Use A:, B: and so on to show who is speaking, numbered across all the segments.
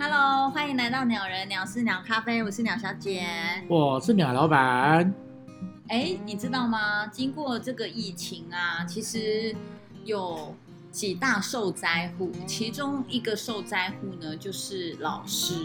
A: Hello，欢迎来到鸟人鸟事鸟咖啡，我是鸟小姐。
B: 我是鸟老板。
A: 哎，你知道吗？经过这个疫情啊，其实有几大受灾户，其中一个受灾户呢就是老师。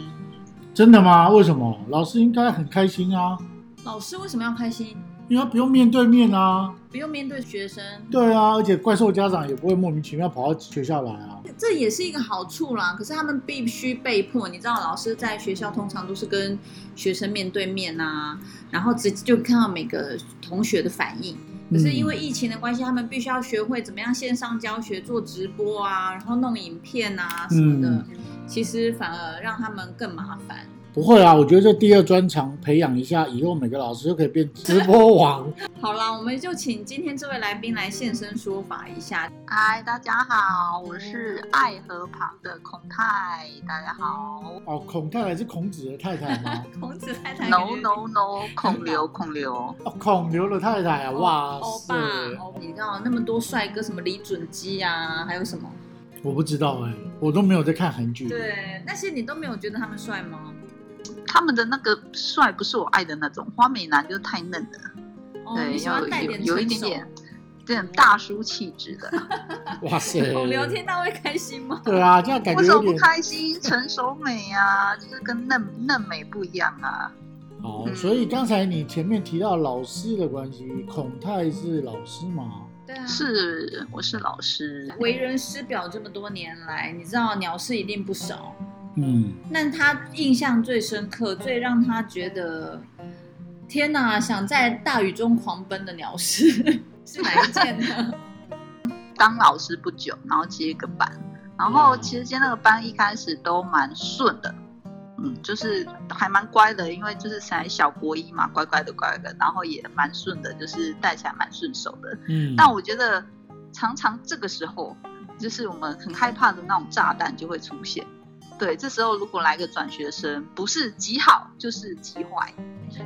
B: 真的吗？为什么？老师应该很开心啊，
A: 老师为什么要开心？
B: 因为他不用面对面啊。
A: 不用面对学生，
B: 对啊，而且怪兽家长也不会莫名其妙跑到学校来啊。
A: 这也是一个好处啦。可是他们必须被迫，你知道，老师在学校通常都是跟学生面对面啊，然后直就看到每个同学的反应。可是
B: 嗯
A: 因为疫情的关系，他们必须要学会怎么样线上教学、做直播啊，然后弄影片啊什么
B: 嗯
A: 的。其实反而让他们更麻烦。
B: 不会啊，我觉得这第二专长培养一下，以后每个老师就可以变直播王。
A: 好啦，我们就请今天这位来宾来现身说法一下。
C: 嗨，大家好，我是爱河旁的孔太，大家好。
B: 哦，孔太太是孔子的太太吗？
A: 孔子太太
C: No no no，孔刘孔刘，
B: 哦， 孔刘的太太啊，哇
A: 欧
B: 塞
A: 巴，，欧你知道那么多帅哥，什么李准基啊，还有什么？
B: 我不知道哎、我都没有在看韩剧。
A: 对，那些你都没有觉得他们帅吗？
C: 他们的那个帅不是我爱的那种，花美男就太嫩了，
A: 哦，
C: 对，
A: 你喜欢
C: 要
A: 带
C: 有
A: 点
C: 有一
A: 成
C: 点
A: 熟哦
C: 点。这种大叔气质的，
B: 哇塞，
A: 孔刘听到会开心 吗？
B: 对啊，这样感
C: 为
B: 觉
C: 什么
B: 有
C: 不
B: 点
C: 开心？成熟美啊，就是跟嫩嫩美不一样啊。
B: 好。
C: 嗯
B: 哦所以刚才你前面提到老师的关系，孔太是老师嘛？
A: 对啊，
C: 是，我是老师，
A: 为人师表这么多年来，你知道鸟事一定不少。
B: 嗯，
A: 那他印象最深刻、最让他觉得天哪，想在大雨中狂奔的鸟事是哪一件呢？
C: 当老师不久，然后接一个班，然后其实接那个班一开始都蛮顺的，嗯，就是还蛮乖的，因为就是才小国一嘛，乖乖的乖乖的，然后也蛮顺的，就是带起来蛮顺手的。
B: 嗯，
C: 但我觉得常常这个时候，就是我们很害怕的那种炸弹就会出现。对，这时候如果来个转学生，不是极好就是极坏。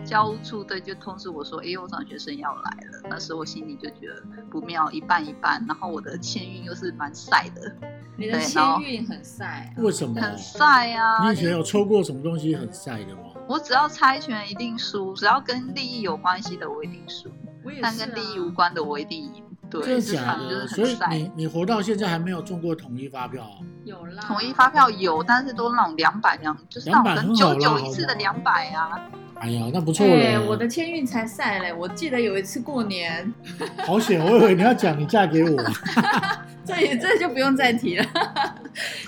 C: 教务处对就通知我说，哎，我转学生要来了。那时候我心里就觉得不妙，一半一半。然后我的签运又是蛮晒的，
B: 哦
A: 你的
C: 对
A: 签
C: 然后
A: 运很晒，啊
B: 为什么？
C: 很晒啊。
B: 你以前有抽过什么东西很晒的吗？
C: 我只要猜拳一定输，只要跟利益有关系的我一定输，
A: 我也是、啊。
C: 但跟利益无关的我一定赢。
B: 真
C: 对，
B: 的
C: 这
B: 假
C: 反正就
B: 的？
C: 是
B: 所
C: 很
B: 以
C: 晒。
B: 你你活到现在还没有中过统一发票啊？
A: 有啦，
C: 统一发票有，但是都那种两百两，就是那种
B: 200
C: 跟
B: 很好
C: 九
B: 啦
C: 九一次的两百啊。
B: 哎呀，那不错
A: 对，
B: 嘞！
A: 我的签运才晒嘞！我记得有一次过年，
B: 好险！我以为你要讲你嫁给我，
C: 啊
A: 这这就不用再提了。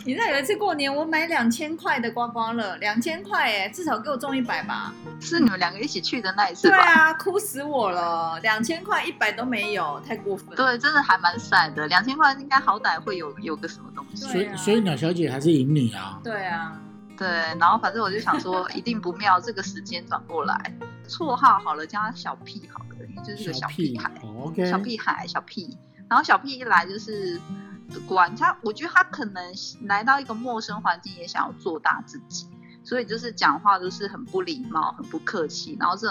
A: 你知道有一次过年，我买两千块的刮刮乐，两千块哎，至少给我中一百吧。
C: 是你们两个一起去的那一次
A: 对
C: 吧？
A: 啊，哭死我了，两千块一百都没有，太过分。，
C: 对，真的还蛮晒的，两千块应该好歹会有有个什么东西。
B: 所
A: 对啊
B: 以所以鸟小姐还是赢你啊！
A: 对啊，
C: 对，然后反正我就想说，一定不妙，这个时间转过来，绰号好了，叫他小屁好了，因为就是个小
B: 屁
C: 屁孩，
B: 哦，OK，
C: 小屁孩，小屁。然后小屁一来就是，果然他，我觉得他可能来到一个陌生环境，也想要做大自己，所以就是讲话都是很不礼貌、很不客气。然后这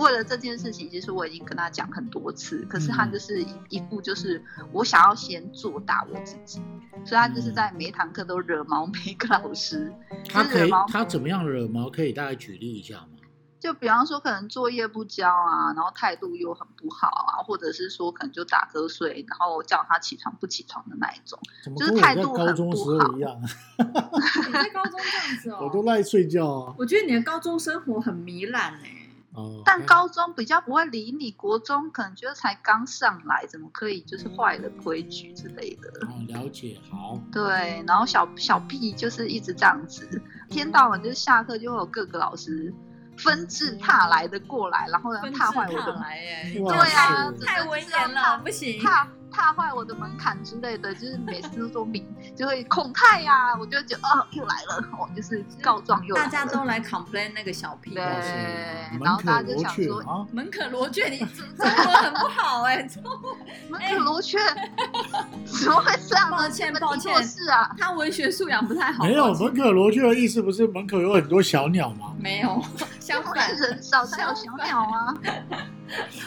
C: 为了这件事情，其实我已经跟他讲很多次，可是他
B: 嗯
C: 就是一一副就是我想要先做大我自己，所以他
B: 嗯
C: 就是在每一堂课都惹毛每一个老师。
B: 他可
C: 惹
B: 以
C: 毛
B: 他怎么样惹毛？可以大概举例一下吗？
C: 就比方说，可能作业不交啊，然后态度又很不好啊，或者是说可能就打瞌睡，然后叫他起床不起床的那一种。
B: 怎么
C: 就是
B: 跟我
C: 态
B: 在
C: 度
B: 高
C: 很
B: 中
C: 不
B: 时候
C: 好
B: 一样？
A: 你在高中这样 子哦。
B: 我都赖睡觉啊！
A: 我觉得你的高中生活很糜烂哎。
B: 哦，
C: 但高中比较不会理你，国中可能觉得才刚上来，怎么可以就是坏了规矩之类的。
B: 哦了解好，
C: 对，然后小小屁就是一直这样子，一天到晚就是下课就会有各个老师纷至沓来的过来，然后呢
A: 纷至
C: 踏坏我
A: 沓
C: 的，
A: 来哎，
B: 哇
C: 对啊
B: 塞
A: 太文言了，不行。
C: 踏踏坏我的门槛之类的，就是每次都明就会恐太呀、我就觉得啊又来了，我、就是告状又来
A: 大
C: 了。
A: 家都来 complain 那个小屁
C: 对
B: 哇
A: 股，
B: 塞
C: 然
B: 门
C: 后大
B: 可
C: 家就
B: 罗
C: 想
B: 雀
C: 说
B: 啊，
A: 门可罗 雀，你中中文很不好哎、中文
C: 门
A: 哎
C: 可罗雀，怎么会这样呢？
A: 抱歉
C: 你们
A: 抱
C: 听
A: 歉
C: 过是啊，
A: 他文学素养不太好。
B: 没有
A: 抱歉
B: 门可罗雀的意思不是门口有很多小鸟吗？
A: 没 有，相
C: 我
A: 反
C: 也，人少才有小鸟啊。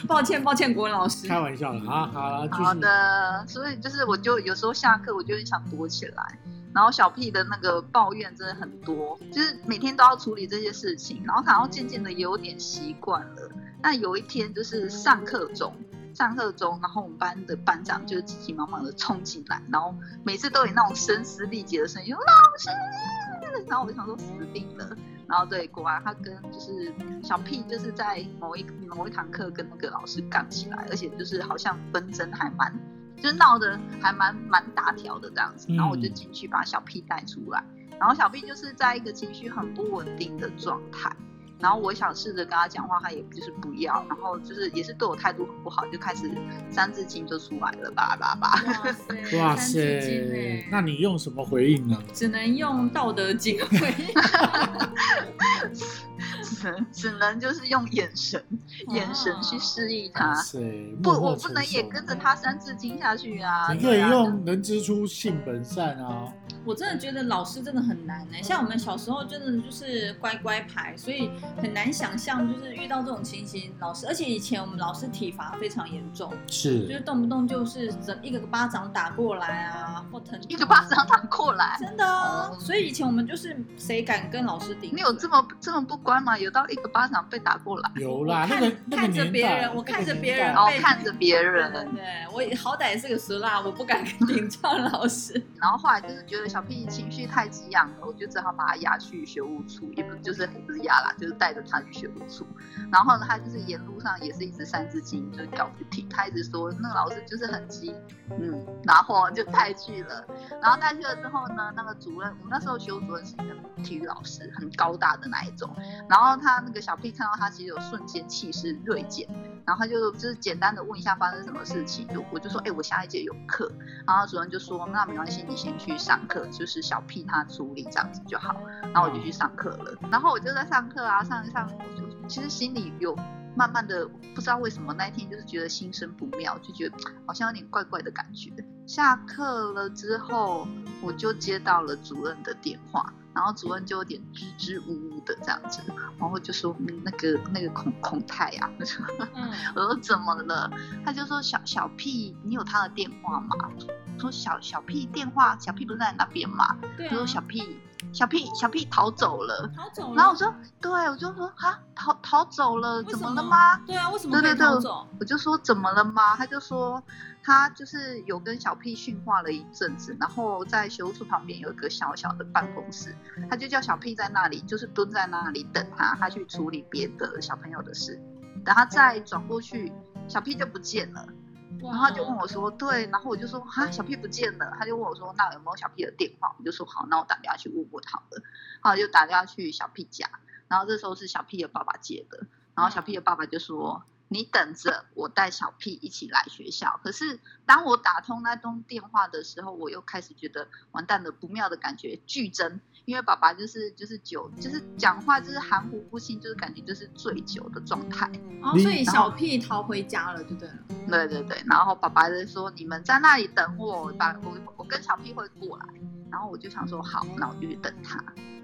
A: 抱歉抱歉，国文老师，
B: 开玩笑的啊，好了，就
C: 好
B: 是
C: 的，所以就是我就有时候下课我就很想躲起来，然后小屁的那个抱怨真的很多，就是每天都要处理这些事情，然后然后渐渐的也有点习惯了。那有一天就是上课中。上课中，然后我们班的班长就急急忙忙的冲进来，然后每次都有那种声嘶力竭的声音，就老师，然后我就想说死定了，然后对，果然他跟就是小屁就是在某一某一堂课跟那个老师杠起来，而且就是好像纷争还蛮，就是闹得还蛮蛮大条的这样子。
B: 嗯
C: 然后我就进去把小屁带出来，然后小屁就是在一个情绪很不稳定的状态。然后我想试着跟他讲话，他也就是不要，然后就是也是对我态度很不好，就开始三字经就出来了，叭叭叭。
B: 哇
A: 哇塞，三字经
B: 塞
C: 欸
A: 哎，
B: 那你用什么回应呢？
A: 只能用《道德经》 回应。
C: 只能 只能就是用眼神，
A: 哦
C: 眼神去示意他。
B: 哇塞，
C: 啊不，
B: 默
C: 我
B: 默
C: 不
B: 承
C: 能也
B: 受
C: 跟着他三字经下去啊。
B: 你可以
C: 对啊嗯
B: 用“人之初，性本善”啊，
A: 我真的觉得老师真的很难哎、像我们小时候真的就是乖乖牌，所以很难想象就是遇到这种情形，老师，而且以前我们老师体罚非常严重，就是
B: 是
A: 动不动就是整一个巴掌打过来啊，或疼
C: 一个巴掌打过来，
A: 真的啊，所以以前我们就是谁敢跟老师顶嘴，啊
C: 你有这么这么不乖吗？有到一个巴掌被打过来，
B: 有啦，
A: 我
B: 那
A: 看
B: 个那个
A: 看着
B: 年
A: 别
B: 代，
A: 人我
B: 那个
A: 看着
B: 年
A: 别人
B: 代
C: 然后
A: 被
C: 看着哦别
A: 对对
C: 人，
A: 对，我也好歹是个死啦，我不敢 顶撞老师。
C: 然后后来就是觉得小屁情绪太激昂了，我就只好把他押去学务处，也不就是也不是押啦，就是带着他去学务处。然后呢，他就是沿路上也是一直三字经，就是搞不停，他一直说那个老师就是很急，嗯，然后就带去了。然后带去了之后呢，那个主任，我们那时候学务主任是一个体育老师，很高大的那一种。然后他那个小屁看到他，其实有瞬间气势锐减，然后他就就是简单的问一下发生什么事情，就我就说，哎、我下一节有课。然后主任就说，那没关系，你先去上课，就是小屁他处理这样子就好。然后我就去上课了，然后我就在上课啊，上一上，我就其实心里有慢慢的不知道为什么那一天就是觉得心生不妙，就觉得好像有点怪怪的感觉。下课了之后，我就接到了主任的电话，然后主任就有点支支吾吾的这样子，然后就说、嗯、那个那个孔孔太啊， 我说
A: 嗯，
C: 我说怎么了？他就说小小屁，你有他的电话吗？我说小小屁电话，小屁不是在那边吗？
A: 对
C: 他
A: 啊
C: 说，小屁小屁小屁逃走了。
A: 逃走了。
C: 然后我说，对，我就说哈，逃逃走了，
A: 为
C: 怎
A: 什
C: 么了吗？？
A: 对啊，为什么
C: 对
A: 会
C: 对对
A: 逃走？
C: 我就说怎么了吗？他就说他就是有跟小屁训话了一阵子，然后在学务处旁边有一个小小的办公室，他就叫小屁在那里，就是蹲在那里等他，他去处理别的小朋友的事。等他再转过去，小屁就不见了。然后他就问我说：“对。”然后我就说：“哈，小屁不见了。”他就问我说：“那有没有小屁的电话？”我就说：“好，那我打电话去问问好了。”然后我就打电话去小屁家，然后这时候是小屁的爸爸接的，然后小屁的爸爸就说：“你等着，我带小屁一起来学校。”可是当我打通那通电话的时候，我又开始觉得完蛋了，不妙的感觉剧增，因为爸爸就是就是酒，就是讲话就是含糊不清，就是感觉就是醉酒的状态。
A: 哦，
B: 你
A: 所以小屁逃回家了，对不对了？
C: 对对对，然后爸爸就说你们在那里等我，把我我跟小屁会过来，然后我就想说好，那我就去等他。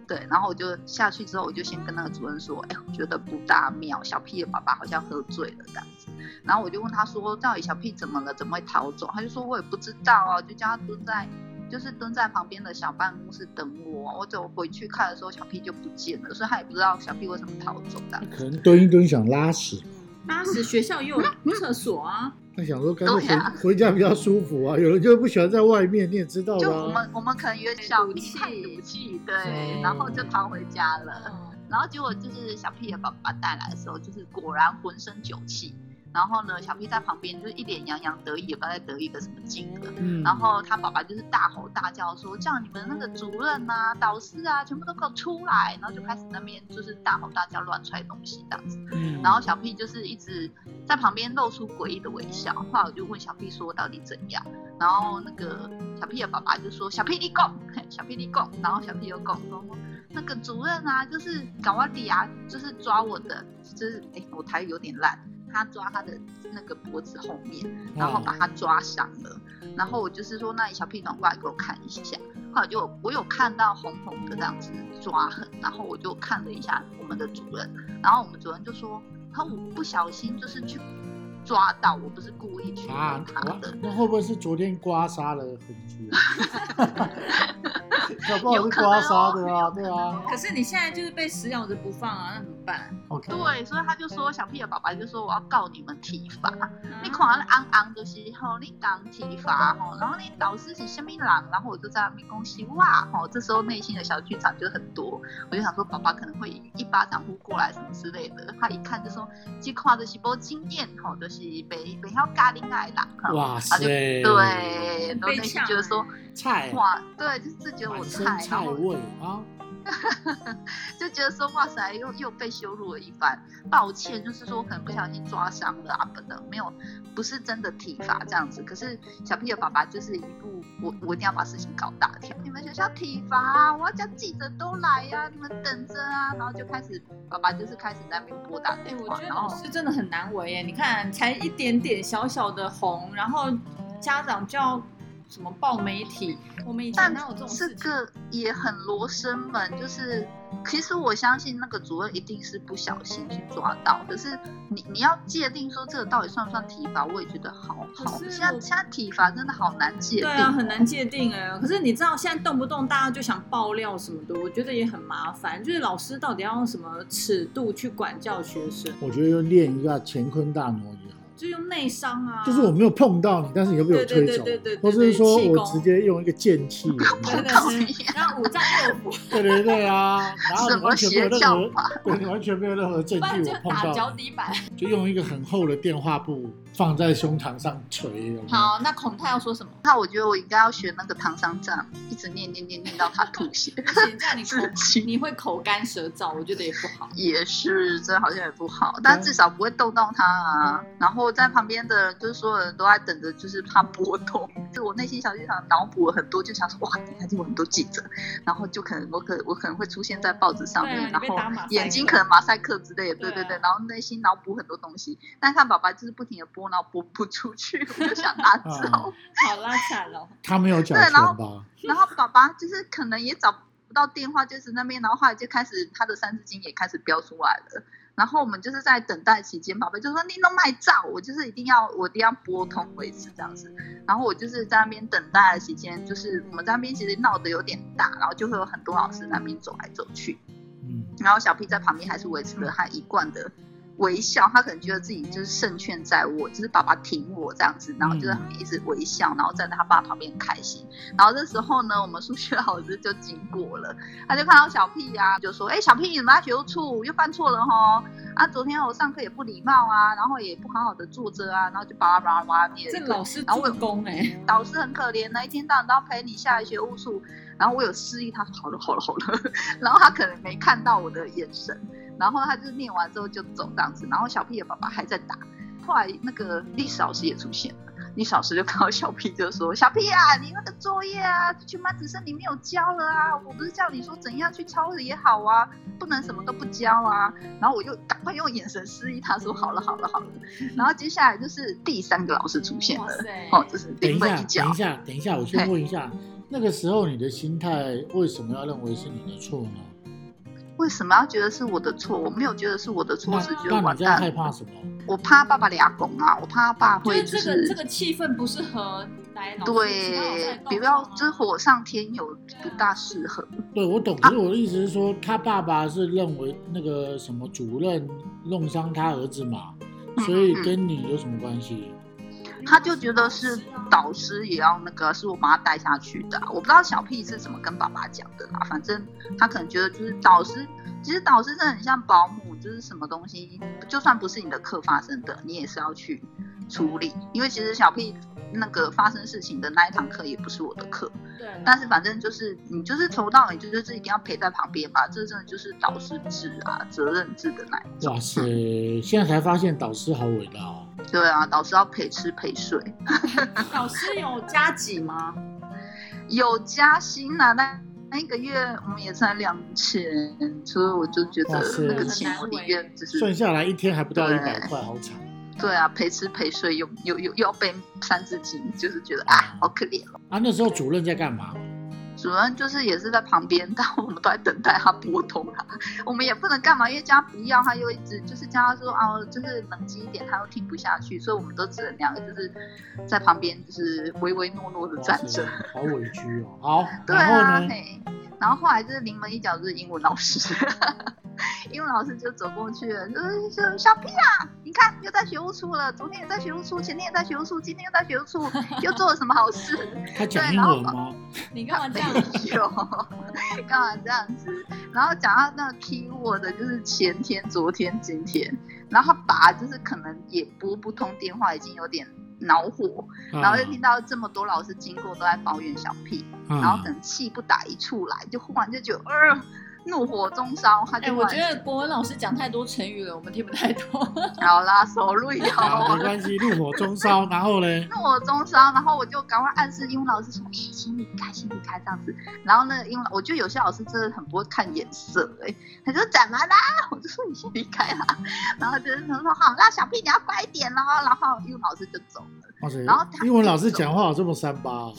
C: 对，然后我就下去之后，我就先跟那个主任说，哎，我觉得不大妙，小屁的爸爸好像喝醉了这样子。然后我就问他说，到底小屁怎么了，怎么会逃走？他就说我也不知道啊，就叫他蹲在，就是蹲在旁边的小办公室等我。我走回去看的时候，小屁就不见了，所以他也不知道小屁为什么逃走这样子。
B: 可能蹲一蹲想拉屎，
A: 当时学校也有厕所 啊，
B: 他想说干脆
C: 对
B: 回、
C: 啊
B: 回家比较舒服啊。有人就不喜欢在外面，你也知道
C: 就
B: 的、
C: 我
B: 啊。
C: 们我们可能有点小屁太赌气，对，
B: 嗯
C: 然后就逃回家了。然后结果就是小屁的爸爸带来的时候，就是果然浑身酒气，然后呢，小 P 在旁边就是一脸洋洋得意，也不知道在得意个什么劲的。
B: 嗯
C: 然后他爸爸就是大吼大叫说，叫你们那个主任啊、导师啊，全部都给我出来，然后就开始那边就是大吼大叫、乱踹东西这样子。
B: 嗯
C: 然后小 P 就是一直在旁边露出诡异的微笑。后来我就问小 P 说到底怎样，然后那个小 P 的爸爸就说小 P 你讲，嘿小 P 你讲，然后小 P 又讲说那个主任啊，就是搞我底啊，就是抓我的，就是哎我台语有点烂，他抓他的那个脖子后面，然后把他抓伤了。然后我就是说，那你小屁转过来给我看一下。后来就我有看到红红的这样子抓痕，然后我就看了一下我们的主任，然后我们主任就说，他我不小心就是去抓到，我不是故意去
B: 啊
C: 弄他，的
B: 哇。那会不会是昨天刮痧的痕 迹？搞不好
C: 有
B: 是
C: 可
B: 刮
C: 能
B: 痧
C: 哦
B: 的啊，对啊。
A: 可是你现在就是被死咬着不放啊，那怎么办？
B: OK，
C: 对，所以他就说小屁的爸爸就说我要告你们体罚，你
A: 你
C: 看那昂昂的时候，你讲体罚吼，然后你老师是什么人，然后我就在那边恭喜哇吼，这时候内心的小剧场就很多，我就想说爸爸可能会一巴掌呼过来什么之类的，他一看就说这看就是无经验吼，就是北北晓咖喱爱啦，吼
B: 哇塞，
C: 啊对，然后
A: 被
C: 内心
A: 呛，
C: 觉得说
B: 菜
C: 哇，对，就是自己我
B: 满身
C: 菜，然
B: 菜
C: 后
B: 味啊，
C: 就觉得说哇塞，又又被羞辱了一番，抱歉，就是说可能不小心抓伤了啊，可能没有，不是真的体罚这样子。可是小 P 的爸爸就是一副我我一定要把事情搞大条，你们学校体罚啊，我要叫记者都来呀、你们等着啊，然后就开始爸爸就是开始在那边拨打
A: 哎、
C: 电
A: 我
C: 话，
A: 觉得
C: 然
A: 老
C: 后
A: 师真的很难为哎耶。你看，才一点点小小的红，然后家长就要什么报媒体，我们以前
C: 但
A: 哪有这种
C: 这
A: 事情？
C: 个也很罗生门，就是其实我相信那个主任一定是不小心去抓到，可是你你要界定说这个到底算不算体罚，我也觉得好好
A: 可。是
C: 现在
A: 我
C: 现在体罚真的好难界
A: 对
C: 定，
A: 啊，很难界定哎。可是你知道，现在动不动大家就想爆料什么的，我觉得也很麻烦。就是老师到底要用什么尺度去管教学生？
B: 我觉得就练一下乾坤大挪移好了。
A: 就用内伤啊，
B: 就是我没有碰到你，但是你又被我推走
A: 对对对对对，
B: 或者是说
A: 对气
B: 我
A: 功
B: 直接用一个剑气，
A: 对
C: 碰 到
A: 对
C: 你
A: 对，然后五脏六 腑，
B: 对对对啊，然后
C: 什
B: 你
C: 么
B: 完全没有
C: 邪
B: 任
C: 教
B: 何，
C: 法？
B: 对你完全没有任何证
A: 不然
B: 据
A: 就
B: 我碰
A: 打脚
B: 到你，
A: 底板。
B: 就用一个很厚的电话布放在胸膛上捶。有没有，
A: 好，那孔太要说什么？
C: 那我觉得我应该要学那个唐三藏，一直念念念念到他吐血。
A: 不行，这样你口
C: 自己
A: 你会口干舌燥，我觉得也不好。
C: 也是，这好像也不好，但至少不会动到他
A: 嗯
C: 啊。然后在旁边的人，就是所有人都在等着，就是怕波动。就我内心小剧场脑补了很多，就想说哇，你看就有很多记者，然后就可能我可我可能会出现在报纸上面，
A: 对啊
C: 然
A: 你被打马
C: 后
A: 赛克
C: 眼睛可能马赛克之类的，
A: 对啊
C: 对对对，然后内心脑补很多东西。但看爸爸就是不停的播，然后播不出去，我就想 拿
A: 嗯
C: 走。
A: 好啦，惨了。
B: 他没有缴
C: 对
B: 钱
C: 然后
B: 吧？
C: 然后爸爸就是可能也找不到电话，就是那边，然后后来就开始他的三字经也开始飙出来了。然后我们就是在等待期间，爸爸就说：“你能卖照，我就是一定要，我一定要拨通为止这样子。”然后我就是在那边等待的期间，就是我们在那边其实闹得有点大，然后就会有很多老师在那边走来走去。
B: 嗯，
C: 然后小 P 在旁边还是维持了他一贯的微笑，他可能觉得自己就是胜券在握，就是爸爸挺我这样子，然后就是一直微笑，然后站在他爸旁边很开心。然后这时候呢，我们数学老师就经过了，他就看到小 P 啊，就说：“哎、小 P，你们在学务处又犯错了吼！啊，昨天我上课也不礼貌啊，然后也不好好的坐着啊，然后就巴拉巴拉巴拉念。”
A: 这老师
C: 然后我
A: 助攻哎、
C: 导师很可怜的，一天到晚都要陪你下来学务术。然后我有示意他说好了好了好了， 然后他可能没看到我的眼神，然后他就念完之后就走这样子。然后小 P 的爸爸还在打，后来那个历史老师也出现了，历史老师就看到小 P 就说：“小 P 啊，你那个作业啊，全班只剩你没有交了啊！我不是叫你说怎样去抄的也好啊，不能什么都不交啊。”然后我就赶快用眼神示意他说：“好了好了好了。”然后接下来就是第三个老师出现
A: 哇
C: 了。
A: 塞，
C: 哦，就是
B: 等一
C: 临门
B: 下，
C: 脚
B: 等一。下，等一下，我先
C: 嘿
B: 问一下，那个时候你的心态为什么要认为是你的错呢？
C: 为什么要觉得是我的错？我没有觉得是我的错，
B: 那
C: 我只觉得
B: 那
C: 完
B: 你在
C: 蛋
B: 害
C: 了。
B: 怕什 么？
C: 我怕爸爸俩拱啊，我怕他爸
A: 就
C: 会
A: 是
C: 就
A: 这
C: 是、
A: 个这个气氛不适合来老师，其他老师来
C: 对，
A: 告
C: 比
A: 状
C: 较
A: 啊
C: 就是火上添油，不大适合。
B: 对，我懂。可是我的意思是说，他爸爸是认为那个什么主任弄伤他儿子嘛，
C: 嗯
B: 所以
C: 嗯
B: 跟你有什么关系？
C: 他就觉得是
A: 啊
C: 导师也要那个，是我把他带下去的啊、我不知道小屁是怎么跟爸爸讲的啦，反正他可能觉得就是导师，其实导师真的很像保姆，就是什么东西，就算不是你的课发生的，你也是要去处理。因为其实小 P 那个发生事情的那一堂课也不是我的课，
A: 对
C: 但是反正就是你就是从头到尾就是一定要陪在旁边吧，这真的就是导师制啊、责任制的那一种。
B: 哇塞，现在才发现导师好伟大哦。
C: 对啊，导师要陪吃陪睡，
A: 老师有加几吗？
C: 有加薪啊，但那一个月我们也才两千，所以我就觉
B: 哇
C: 得
B: 塞
C: 那个钱我宁愿就是
B: 算下来一天还不到一
C: 对
B: 百块，好惨。
C: 对啊，陪吃陪睡又又又又要被三字经，就是觉得啊，好可怜哦。
B: 啊，那时候主任在干嘛？
C: 主任就是也是在旁边， 但我们都在等待他拨通啊。我们也不能干嘛，因为叫他不要，他又一直就是叫他说啊，就是冷静一点，他又听不下去，所以我们都只能两个就是在旁边就是唯唯诺诺的
B: 哇
C: 站
B: 塞
C: 着。，
B: 好委屈哦。 好，
C: 对啊
B: 然后，呢？
C: 嘿，然后后来就是临门一脚就是英文老师， 英文老师就走过去了，就是说小 P 啊，你看又在学务处了，昨天也在学务处，前天也在学务处，今天又在学务处，又做了什么好事？
B: 他讲
C: 对
B: 英
C: 然后
B: 文吗？
A: 你干嘛这
C: 没
A: 样？哎
C: 有，干嘛这样子？然后讲到那个 keyword 的就是前天、昨天、今天，然后他爸就是可能也拨不通电话，已经有点恼火，然后就听到这么多老师经过都在抱怨小 P。
B: 嗯
C: 然后可能气不打一处来，就忽然就觉得，呃，怒火中烧，他
A: 哎、
C: 就忽
A: 我
C: 然
A: 觉得国文老师讲太多成语了，我们听不太 懂。
C: 好啦，手累
B: 好，
C: 哦
B: 没，关系，怒火中烧。然后嘞，
C: 怒火中烧，然后我就赶快暗示英文老师说，哎、先离开，先离开这样子。然后呢，英文我觉得有些老师真的很不会看眼色、哎，他就怎么啦？ 我就说你先离开啦。然后就是他说好，那小 P 你要乖一点哦。然后英文老师就 走了。
B: 哇塞
C: 然后，他
B: 英文老师讲话有这么三八哦？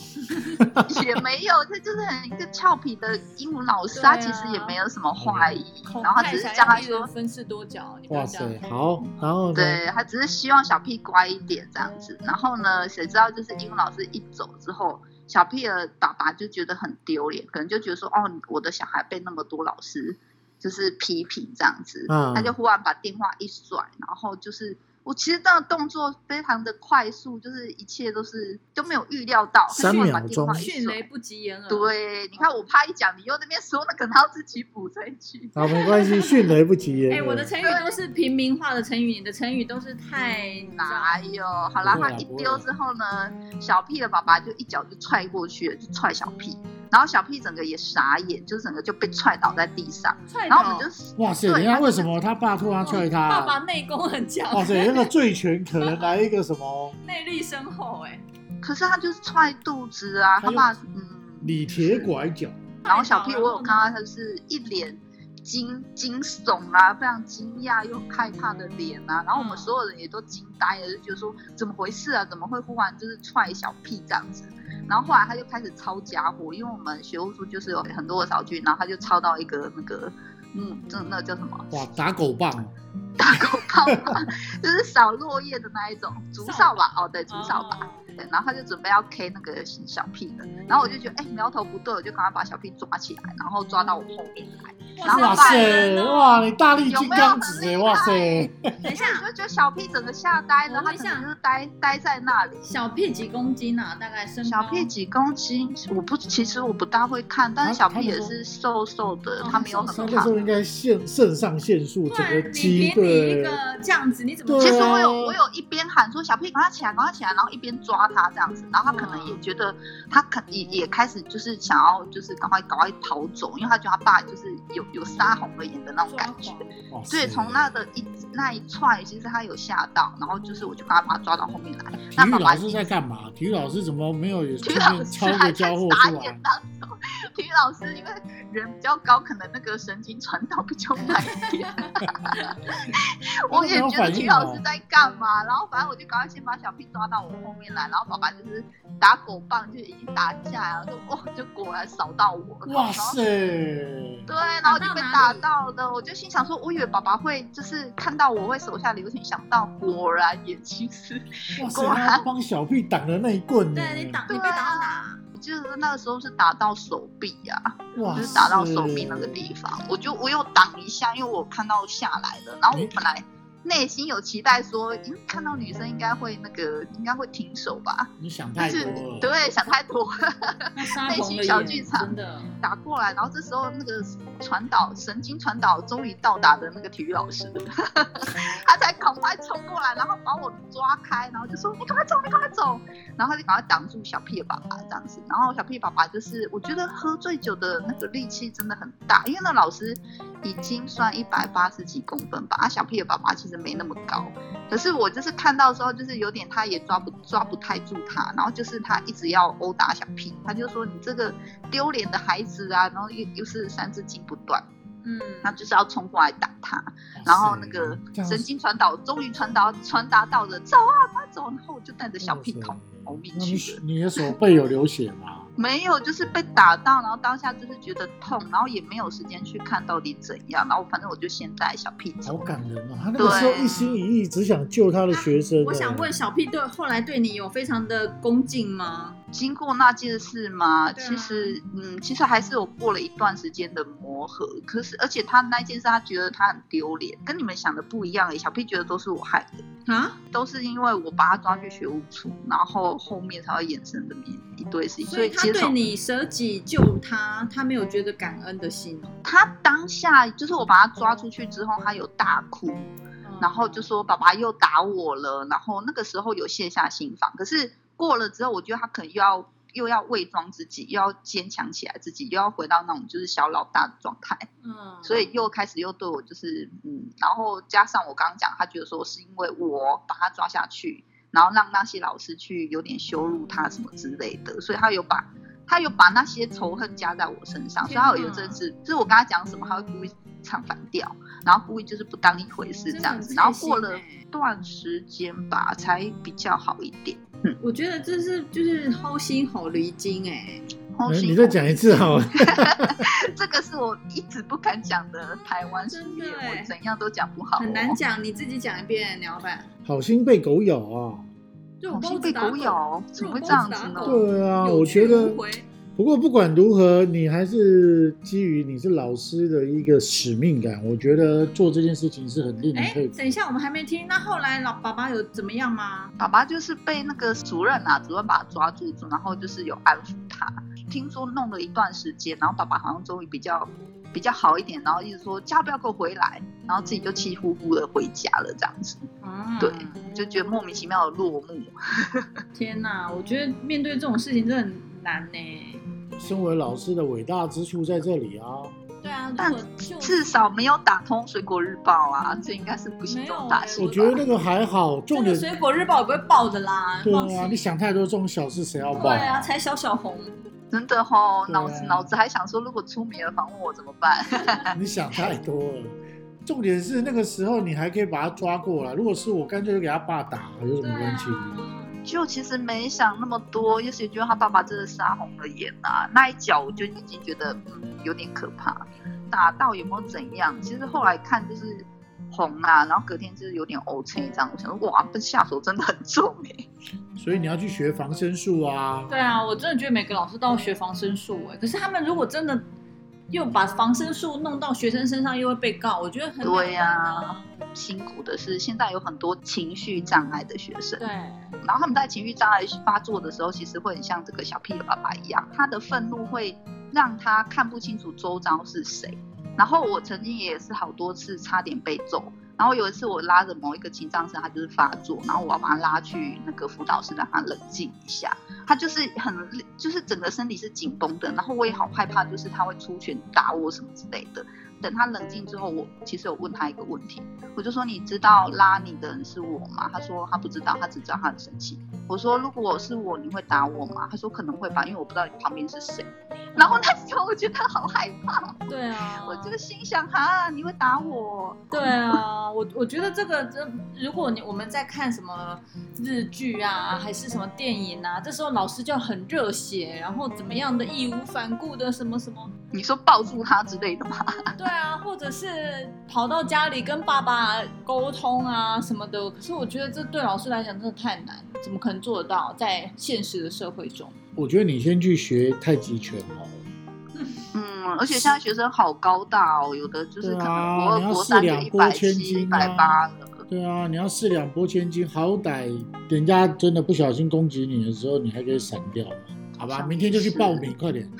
C: 也没有，他就是很一个俏皮的英文老师，
A: 对啊
C: 他其实也没有什
B: 嗯
C: 么坏意，
A: 孔
C: 然后
A: 太
C: 只是
A: 才
C: 叫他
A: 一
C: 说
A: 人分饰多角，你不要
B: 哇
A: 这样
B: 塞，。好，然后呢？
C: 啊对他只是希望小 P 乖一点这样
B: 嗯
C: 子。然后呢，谁知道就是英文老师一走之后，小 P 的爸爸就觉得很丢脸，可能就觉得说，哦，我的小孩被那么多老师就是批评这样子，
B: 嗯
C: 他就忽然把电话一甩，然后就是。我其实那个动作非常的快速，就是一切都是都没有预料到，他
B: 三
C: 就忽然
B: 秒
C: 把电话
B: 钟
C: 一
A: 迅雷
C: 甩。
A: 不及掩耳。，
C: 对，你看我怕一讲，你又那边说，那可能要自己补这一句。
B: 好，没关系，迅雷不及
A: 哎、
B: 掩
A: 我
B: 耳
A: 的。成语都是平民化的成语，你的成语都是太
C: 哪啊有？好啦，
B: 不会啦啊
C: 他一
B: 不会
C: 丢之后呢，小屁的爸爸就一脚就踹过去了，就踹小屁，然后小屁整个也傻眼，就整个就被踹倒在地上，
A: 踹
C: 然后我
A: 倒
C: 们。就
B: 哇塞，
C: 对啊
B: 人家
C: 他就哦
B: 为什么他爸突然踹他
A: 爸爸
B: 啊？
A: 内功很强，
B: 哇塞，那个醉拳可能来一个什么
A: 内力深厚哎、
C: 可是他就是踹肚子啊，
B: 他
C: 他
B: 就
C: 爸嗯，
B: 李铁拐脚，
C: 然后小屁我有看到他就是一脸。惊惊悚啊，非常惊讶又害怕的脸啊，然后我们
A: 嗯
C: 所有人也都惊呆了，就觉得说怎么回事啊？怎么会忽然就是踹小屁这样子？然后后来他就开始抄家伙，因为我们学务处就是有很多的扫具，然后他就抄到一个那个，嗯，这那叫什么？
B: 哇，打狗棒，
C: 打狗棒吗，就是扫落叶的那一种竹扫把。哦，对，竹扫把。
A: 哦
C: 对，然后他就准备要 K 那个小屁的，然后我就觉得哎苗头不对，我就赶快把小屁抓起来，然后抓到我后面来。然后
B: 哇
C: 爸
B: 塞，哇，你大力金刚指哎，
C: 有没有很厉害
B: 哇塞，
A: 哦等一下，
C: 我就觉得小屁整个吓呆
A: 我
C: 了，他
A: 问一
C: 可
A: 下
C: 能就是呆呆在那里。
A: 小屁几公斤啊？大概身高
C: 小屁几公斤？我不，其实我不大会看，但是
B: 啊
C: 小
B: 他们
C: 屁也
B: 说
C: 是瘦瘦的，
A: 哦
C: 他没
A: 瘦
C: 有
B: 他
C: 很
B: 那时
C: 胖
B: 候。应该肾肾上腺素
A: 不
B: 整
A: 然
B: 个
A: 你
B: 激
A: 比你一
B: 对，
A: 个这样子，你怎
B: 对
A: 么
B: 啊
C: 其
A: 知
C: 实
A: 道
C: 我有我有一边喊说小屁赶快起来，赶快起来，然后一边抓他这样子，然后他可能也觉得他可也也开始就是想要就是赶快赶快逃走，因为他觉得他爸就是有有杀红了眼的那种感觉
A: 抓。
B: 哇塞
C: 对，从那的一那一踹，其实他有吓到，然后就是我就赶快把他抓到后面来。
B: 体
C: 那
B: 育
C: 爸
B: 老
C: 爸
B: 师在干嘛？体育老师怎么没有也
C: 体
B: 顺
C: 育老
B: 便
C: 师
B: 抄
C: 还
B: 个
C: 在
B: 交货
C: 傻
B: 出来
C: 眼？当中，体育老师因为人比较高，可能那个神经传导比较慢一 点。我也觉得体育
B: 哦
C: 老师在干嘛，然后反正我就赶快先把小 P 抓到我后面来，然后爸爸就是打狗棒就已经打架了，就哇就果然扫到我了，
B: 哇
C: 然后
B: 塞！
C: 对，然后就被打到了，我就心想说，我以为爸爸会就是看到我会手下留情，想不到果然眼睛是
B: 哇塞，
C: 果然
B: 他帮小屁挡了那一棍呢！
A: 对你挡，你
C: 对啊
A: 被打到哪？
C: 就是那个时候是打到手臂啊，
B: 哇
C: 就
B: 塞，
C: 是打到手臂那个地方，我就我有挡一下，因为我看到下来了，然后我本来内心有期待说，嗯，看到女生应该会那个，应该会停手吧，
B: 你想
C: 但
B: 太
C: 是
B: 多了。
C: 对想太多了，
A: 那杀红了
C: 内心小
A: 眼，
C: 剧场
A: 真的。
C: 打过来，然后这时候那个传导神经传导终于到达的那个体育老师， 他才赶快冲过来，然后把我抓开，然后就说你赶快走，你赶快走，然后他就赶快挡住小屁的爸爸这样子，然后小屁爸爸就是我觉得喝醉酒的那个力气真的很大，因为那老师已经算一百八十几公分吧，啊小屁的爸爸其实没那么高，可是我就是看到的时候，就是有点他也抓不抓不太住他，然后就是他一直要殴打小屁，他就说你这个丢脸的孩子啊，然后又又是三字经不断，
A: 嗯，
C: 他就是要冲过来打他，然后那个神经传导终于传导传达到了，走啊，快走！然后我就带着小屁逃逃命
B: 那你
C: 去了，
B: 你的手背有流血吗？
C: 没有，就是被打到，然后当下就是觉得痛，然后也没有时间去看到底怎样，然后反正我就先带小屁
B: 好
C: 走。
B: 感人哦！他那个时候一心一意，只想救他的学生。哎
A: 我想问，小 P 对后来对你有非常的恭敬吗？
C: 经过那件事嘛，
A: 对啊
C: 其实嗯，其实还是有过了一段时间的磨合。可是，而且他那件事，他觉得他很丢脸，跟你们想的不一样诶。欸小 P 觉得都是我害的，
A: 啊，
C: 都是因为我把他抓去学务处，然后后面才会衍生的一一堆事情。
A: 所以他
C: 接手
A: 对你舍己救他，他没有觉得感恩的心哦。
C: 他当下就是我把他抓出去之后，他有大哭，嗯
A: 嗯
C: 然后就说爸爸又打我了，然后那个时候有卸下心防，可是过了之后，我觉得他可能又要又要伪装自己，又要坚强起来自己，又要回到那种就是小老大的状态，
A: 嗯，
C: 所以又开始又对我就是嗯，然后加上我刚刚讲，他觉得说是因为我把他抓下去，然后让那些老师去有点羞辱他什么之类的，所以他有把。他有把那些仇恨加在我身上，所以他有一阵子，就是我跟他讲什么，他会故意唱反调，然后故意就是不当一回事这
A: 真的
C: 样
A: 很
C: 子，然后
A: 贴心
C: 过了
A: 欸
C: 段时间吧，才比较好一点。
A: 我觉得这是就是齁心齁驴精哎，
C: 后
B: 哎
C: 续
B: 你再讲一次好了。
C: 这个是我一直不敢讲的台湾俗语，
A: 真的欸
C: 我怎样都讲不好、哦，
A: 很难。讲，你自己讲一遍，鸟板。
B: 好心被狗咬啊！
A: 肉
C: 我
A: 包
C: 心
A: 子
C: 被
A: 打
C: 狗咬，
A: 这
C: 怎
A: 种
C: 么会
A: 包
C: 这
A: 子
C: 样
A: 打
C: 子呢？
A: 狗
B: 对啊，
A: 有
B: 我觉
A: 去
B: 得
A: 无。回
B: 不过不管如何，你还是基于你是老师的一个使命感，我觉得做这件事情是很令人
A: 哎
B: 佩，服。
A: 等一下，我们还没听。那后来老爸爸有怎么样吗？
C: 爸爸就是被那个主任啊，主任把他抓住，然后就是有安抚他。听说弄了一段时间，然后爸爸好像终于比较比较好一点，然后一直说家不要给我回来，然后自己就气呼呼的回家了，这样子
A: 啊，
C: 对就觉得莫名其妙的落幕。
A: 嗯天哪，我觉得面对这种事情真的很难呢。
B: 身为老师的伟大之处在这里啊！
A: 对啊，
C: 但
A: 如果就
C: 至少没有打通《水果日报》啊，这应该是不幸中
A: 欸
C: 大幸
B: 我
C: 吧。
B: 觉得那个还好，重
A: 这
B: 点
A: 个水果日报也不会报的啦。
B: 对
A: 放
B: 啊，
A: 心
B: 你想太多，这种小事谁要报？
A: 对啊，才小小红，
C: 真的吼，
B: 对啊
C: 脑子脑子还想说，如果出名了访问我怎么办？
B: 你想太多了。重点是那个时候你还可以把他抓过来，如果是我，干脆就给他爸打，有什
A: 对
B: 么关系？
A: 啊。
C: 就其实没想那么多，也许觉得他爸爸真的杀红了眼啊，那一脚我就已经觉得嗯有点可怕，打到有没有怎样？其实后来看就是红啊，然后隔天就是有点 O K 这样，我想说哇，这下手真的很重哎、
B: 所以你要去学防身术啊。
A: 对啊，我真的觉得每个老师都要学防身术哎、可是他们如果真的又把防身术弄到学生身上，又会被告，我觉得很
C: 对呀、
A: 啊，
C: 辛苦的是现在有很多情绪障碍的学生
A: 对，，
C: 然后他们在情绪障碍发作的时候，其实会很像这个小屁的爸爸一样，他的愤怒会让他看不清楚周遭是谁。然后我曾经也是好多次差点被揍，然后有一次我拉着某一个情障生，他就是发作，然后我要把他拉去那个辅导室，让他冷静一下。他就是很就是整个身体是紧绷的，然后我也好害怕，就是他会出拳打我什么之类的。等他冷静之后，我其实有问他一个问题，我就说你知道拉你的人是我吗？他说他不知道，他只知道他很生气。我说如果是我，你会打我吗？他说可能会吧，因为我不知道你旁边是谁。然后那时候我觉得好害怕，
A: 对啊，
C: 我就心想哈，你会打我？
A: 对啊，我我觉得这个这，如果你我们在看什么日剧啊，还是什么电影啊，这时候老师就很热血，然后怎么样的义无反顾的什么什么，
C: 你说报复他之类的吗？
A: 对啊，或者是跑到家里跟爸爸沟通啊什么的。可是我觉得这对老师来讲真的太难，怎么可能做得到？在现实的社会中，
B: 我觉得你先去学太极拳好了。
C: 嗯，而且现在学生好高大哦，有的就是可
B: 对
C: 能
B: 啊
C: 国二、
B: 你要
C: 国
B: 四
C: 三就
B: 两
C: 一
B: 拨
C: 百
B: 千
C: 七、一
B: 斤
C: 百
B: 啊
C: 八了。
B: 对啊，你要四两拨千斤，好歹人家真的不小心攻击你的时候，你还可以闪掉嘛。好吧，明天就去报名，快点。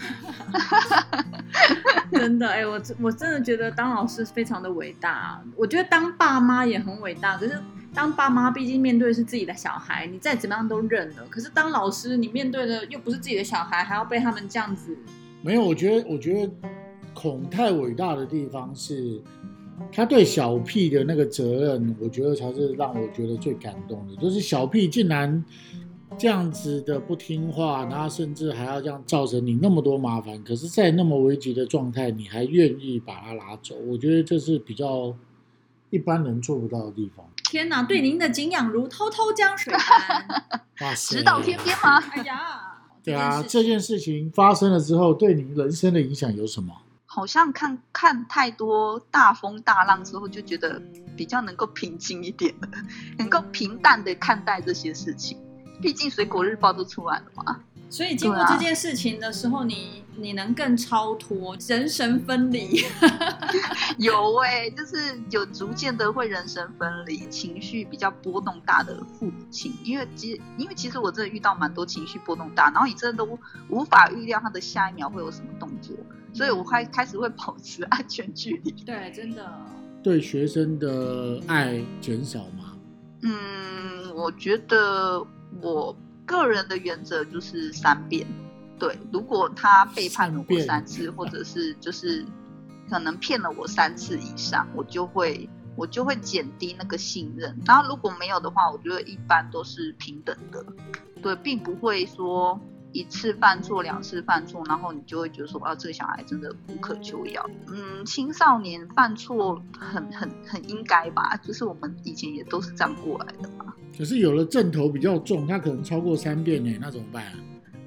A: 真的，哎、我真我真的觉得当老师非常的伟大。啊我觉得当爸妈也很伟大，可是当爸妈毕竟面对的是自己的小孩，你再怎么样都认了。可是当老师，你面对的又不是自己的小孩，还要被他们这样子，
B: 没有，我觉得，我觉得孔太伟大的地方是，他对小屁的那个责任，我觉得才是让我觉得最感动的。就是小屁竟然这样子的不听话，然后甚至还要这样造成你那么多麻烦，可是，在那么危急的状态，你还愿意把他拿走，我觉得这是比较一般人做不到的地方。
A: 天哪，对您的敬仰如滔滔江水般。
B: 哇塞！
C: 直到天边吗？
A: 哎呀，
B: 对啊，
A: 这
B: 这件事情发生了之后，对你人生的影响有什么？
C: 好像看看太多大风大浪之后，就觉得比较能够平静一点了， 能够平淡的看待这些事情。毕竟水果日报都出来了嘛，
A: 所以经过
C: 对啊
A: 这件事情的时候，你你能更超脱，人神分离。
C: 有哎、就是有逐渐的会人神分离，情绪比较波动大的父母亲，因为其因为其实我真的遇到蛮多情绪波动大，然后你真的都无法预料他的下一秒会有什么动作，所以我开开始会保持安全距离。
A: 对，真的。
B: 对学生的爱减少吗？
C: 嗯，我觉得我个人的原则就是三遍。对，如果他背叛了我
B: 三
C: 三
B: 遍
C: 次，或者是就是可能骗了我三次以上，我就会我就会减低那个信任。然后如果没有的话，我觉得一般都是平等的，对，并不会说一次犯错、两次犯错，然后你就会觉得说，啊，这个小孩真的无可救药。嗯，青少年犯错很
A: 嗯
C: 很很应该吧，就是我们以前也都是这样过来的。
B: 可是有了阵头比较重，他可能超过三遍呢，那怎么办啊？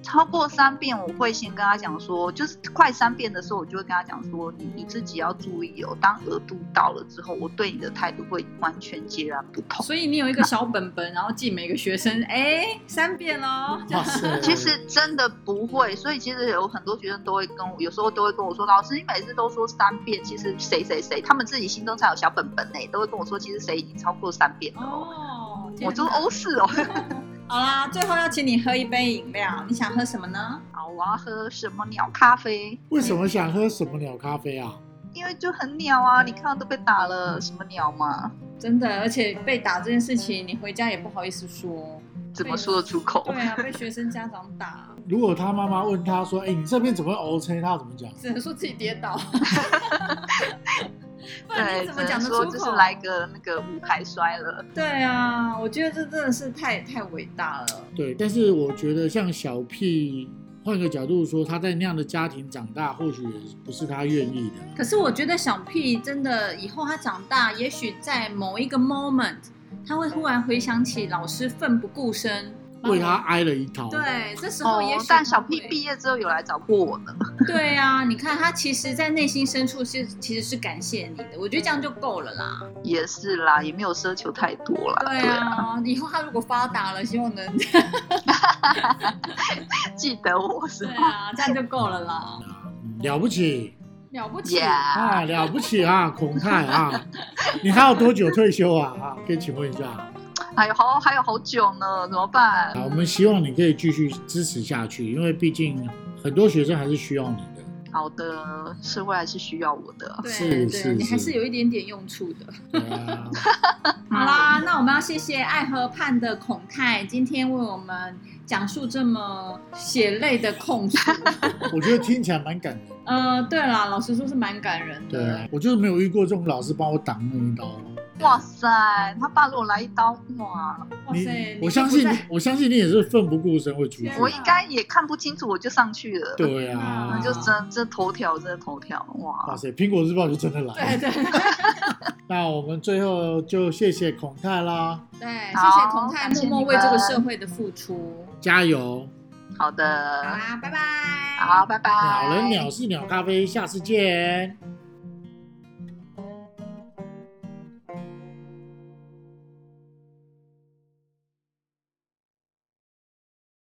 C: 超过三遍，我会先跟他讲说，就是快三遍的时候，我就会跟他讲说，你你自己要注意哦。当额度到了之后，我对你的态度会完全截然不同。
A: 所以你有一个小本本，然后记每个学生，哎，三遍喽。
B: 哇塞！
C: 其实真的不会，所以其实有很多学生都会跟我，有时候都会跟我说，老师，你每次都说三遍，其实谁谁谁，他们自己心中才有小本本呢，都会跟我说，其实谁已经超过三遍了哦。
A: 哦，天哪
C: 我说哦是哦，
A: 好啦，最后要请你喝一杯饮料，你想喝什么呢？
C: 好，我要喝什么鸟咖啡？
B: 为什么想喝什么鸟咖啡啊？
C: 因为就很鸟啊，
A: 哦
C: 你看到都被打了，什么鸟嘛？
A: 真的，而且被打这件事情，你回家也不好意思说。
C: 怎么说得出口？
A: 对 啊，被学生家长打，
B: 如果他妈妈问他说：“哎、你这边怎么会 OK？” 他怎么讲？
A: 只能说自己跌 倒。不然
C: 对，
A: 你
C: 只
A: 怎么讲
C: 能
A: 得
C: 说
A: 出
C: 就是
A: 口？
C: 来个那个五排摔了，
A: 对啊，我觉得这真的是太太伟大了。
B: 对，但是我觉得像小屁，换个角度说，他在那样的家庭长大，或许也不是他愿意的。
A: 可是我觉得小屁真的以后他长大，也许在某一个 moment，他会忽然回想起老师奋不顾身
B: 为他
C: 嗯
B: 挨了一刀。
A: 对，这时候也许、
C: 哦但小 P 毕业之后有来找过我呢。
A: 对啊，你看他其实，在内心深处是其实是感谢你的，我觉得这样就够了啦。
C: 也是啦，也没有奢求太多啦。
A: 对啊，以后他如果发达了，希望能
C: 对记得我是
A: 对
C: 吗
A: 啊，这样就够了啦，
B: 嗯了不起
A: 了不起。
C: ？Yeah，
B: 啊，了不起啊，孔泰啊，你还有多久退休啊？啊，可以请问一下。
C: 还有好还有好久呢，怎么办？
B: 啊，我们希望你可以继续支持下去，因为毕竟很多学生还是需要你的。
C: 好的，社会还是需要我的。
A: 对
B: 是
A: 对，
B: 是
A: 你还
B: 是
A: 是有一点点用处的。
B: 对啊，
C: 嗯
A: 好啦，那我们要谢谢爱河畔的孔泰，今天为我们讲述这么血泪的控诉。
B: 我觉得听起来蛮感 人。
A: 呃，对啦，老实说是蛮感人
B: 对啊
A: 的。，
B: 我就是没有遇过这种老师帮我挡那一刀。
C: 嗯哇塞，他爸如果来一刀，哇，
A: 哇塞，
B: 我相信你
A: 你就不在，
B: 我相信你也是奋不顾身会出去
A: 天。
C: 我应该也看不清楚，我就上去了。，
B: 对
A: 啊
B: 啊，
C: 那就真真头条，真的头条，
B: 哇
C: 哇，
B: 塞，苹果日报就真的来
A: 对
B: 了。
A: 对对，
B: 那我们最后就谢谢孔泰啦，
A: 谢谢
C: 好
A: 孔泰
C: 感谢
A: 默默
C: 你
A: 为这个
C: 们
A: 社会的付出。
B: 加油！
C: 好
A: 好啊
C: 的，
A: 啦，拜拜。
C: 好，拜拜。
B: 鸟人鸟是鸟咖啡，下次见。